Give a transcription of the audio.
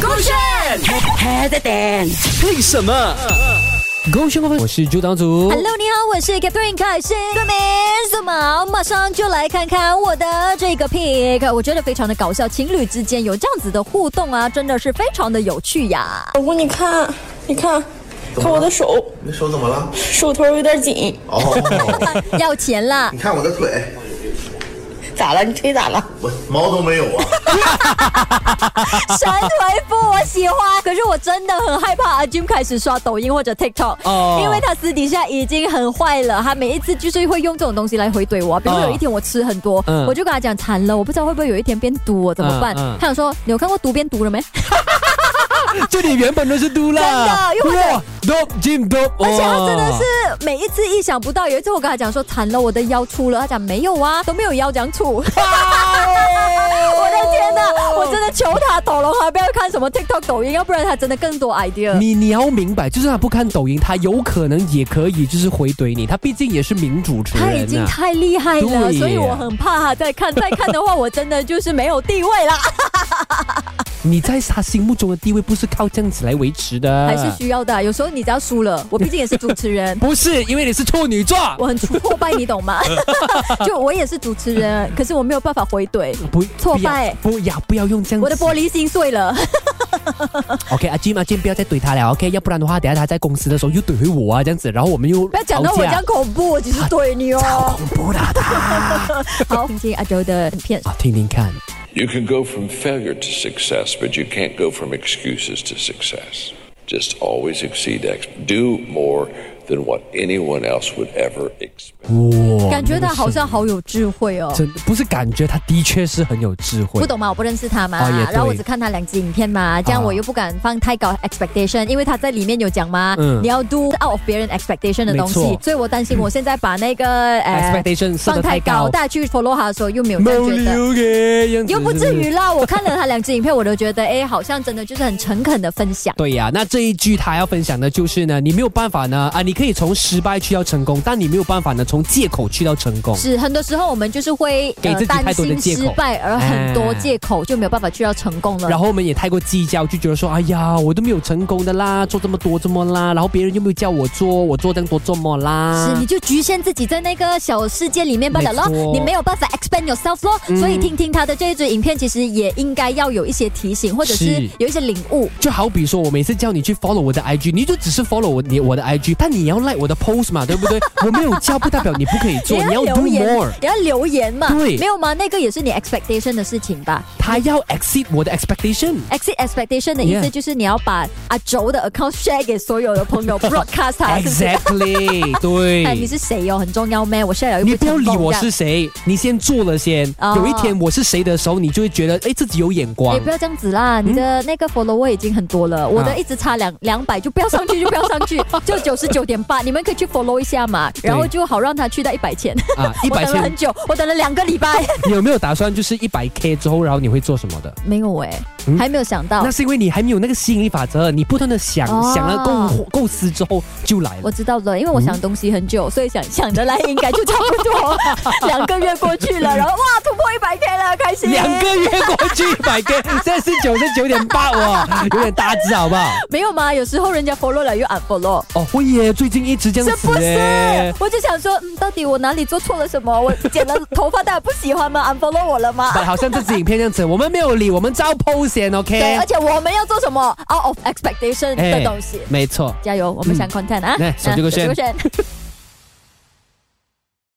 勾选 h 的 d 为什么？恭喜各位，我是朱党主。 Hello，你好，我是 Catherine 凯欣。歌名怎么？马上就来看看我的这个 pick，我觉得非常的搞笑，情侣之间有这样子的互动啊，真的是非常的有趣呀。老公，你看，你看，看我的手，你手怎么了？手头有点紧，哦，要钱啦你，看我的腿，咋了？你腿咋了？我毛都没有啊！ 神回复我喜欢，可是我真的很害怕阿 Jim 开始刷抖音或者 TikTok，、哦因为他私底下已经很坏了，他每一次就是会用这种东西来回怼我。比如哦有一天我吃很多，嗯我就跟他讲馋了，我不知道会不会有一天变毒，我怎么办？嗯嗯他想说你有看过毒变毒了没？就你原本都是嘟啦，真的因为我哇，dope Jim dope，而且他真的哇是每一次意想不到，有一次我跟他讲说馋了，我的腰粗了，他讲没有啊，都没有腰讲粗。 我的天哪，我真的求他抖龙还不要看什么 TikTok 抖音，要不然他真的更多 idea。你你要明白，就是他不看抖音，他有可能也可以就是回怼你，他毕竟也是名主啊持他已人经呐、太厉害了，对所以我很怕他再看， 再看的话，我真的就是没有地位啊啦，你在他心目中的地位不是靠这样子来维持的，。还是需要的。有时候你只要输了，我毕竟也是主持人 不是因为你是处女座？我很挫败，你懂吗？ 就我也是主持人，可是我没有办法回怼，不挫败不要不要不要用这样子。我的玻璃心碎 了。 OK，阿啊金阿金，不要再怼他了，OK，要不然的话，等下他在公司的时候又怼回我啊，这样子，然后我们又不要讲到我吵这架样恐怖，我只是怼你哦。恐怖的他。 好，听听阿周的影片。好，听听看。 You can go from failure to success, but you can't go from excuses to success. Just always exceed ex- do more than what anyone else would ever expect. 哇，感觉他好像好有智慧哦。真的不是感觉，他的确是很有智慧。不懂嘛，我不认识他嘛，哦也对然后我只看他两集影片嘛，这样啊我又不敢放太高 expectation，、因为他在里面有讲嘛，嗯你要 do out of 别人 expectation 的东西没错，嗯所以我担心我现在把那个、呃 expectation 设放得太太高，高，大家去 follow 他的时候又没有这样没觉得。留给样子又不至是于是。啦，我看了他两支影片，我都觉得， 哎，好像真的就是很诚恳的分享。对呀、那这一句他要分享的就是呢，你没有办法呢啊，你可以从失败去到成功，但你没有办法呢从借口去到成功。是很多时候我们就是会呃给自己太担多的心借失口败，而很多哎借口就没有办法去到成功了。然后我们也太过计较，就觉得说，哎呀，我都没有成功的啦，做这么多这么啦，然后别人又没有叫我做，我做这样多这么啦。是，你就局限自己在那个小世界里面罢了啊没咯，错嗯你没有办法 expand yourself 咯。所以听听他的这一支影片，其实也应该要有一些提醒，或者是是有一些领悟。就好比说，我每次叫你去 follow 我的 IG，你就只是 follow 我你我的 IG，但你要 like 我的 post 嘛，对不对？我没有叫，不代表你不可以 做，你要也 do 留言 more。，也要留言嘛？对没有吗？那个也是你 expectation 的事情吧他要 exceed 我的 expectation。 ？exit expectation 的意思 Yeah 就是你要把阿轴的 account share 给所有的朋 友 broadcast 他，是不是？ Exactly， 哎，你对。是谁哦？很重要咩？我 share 了又你不要成理功我这样是谁，你先做了先。哦有一天我是谁的时候，你就会觉得，哎，自己有眼光也不。要这样子嗯啦，你的那个 follower 已经很多啊了，我的一直差两两百，就不要上去，就不要上 去，就九十九点八，你们可以去 follow 一下嘛，然后就好让他去到一百 千。啊，一百我等了很千，久，我等了两个礼 拜，你有没有打算就是一百 K 之后，然后你会做什么的？没有哎、嗯还没有想到那。是因为你还没有那个吸引力法则，你不断的想哦，想了构构思之后就来了我。知道了，因为我想东西很久，所以想想着来应该就差不 多两个月过去了，然后哇突破一百 K 了，开心。两个月过 去一百 K，现在是九十九点八哇，有点大只好不好？没有嘛？有时候人家 follow 了又 unfollow，哦，会耶，最近一直这样是子不耶是？我就想说，嗯，到底我哪里做错了什么？我剪了头发，大家不喜欢吗？unfollow 我了吗？ But 好像这支影片这样子，我们没有理，我们照 PO 先对， ，OK？而且我们要做什么 out of expectation 哎的东西。没错。加油，我们想嗯 content 啊！来手机勾啊选手机勾选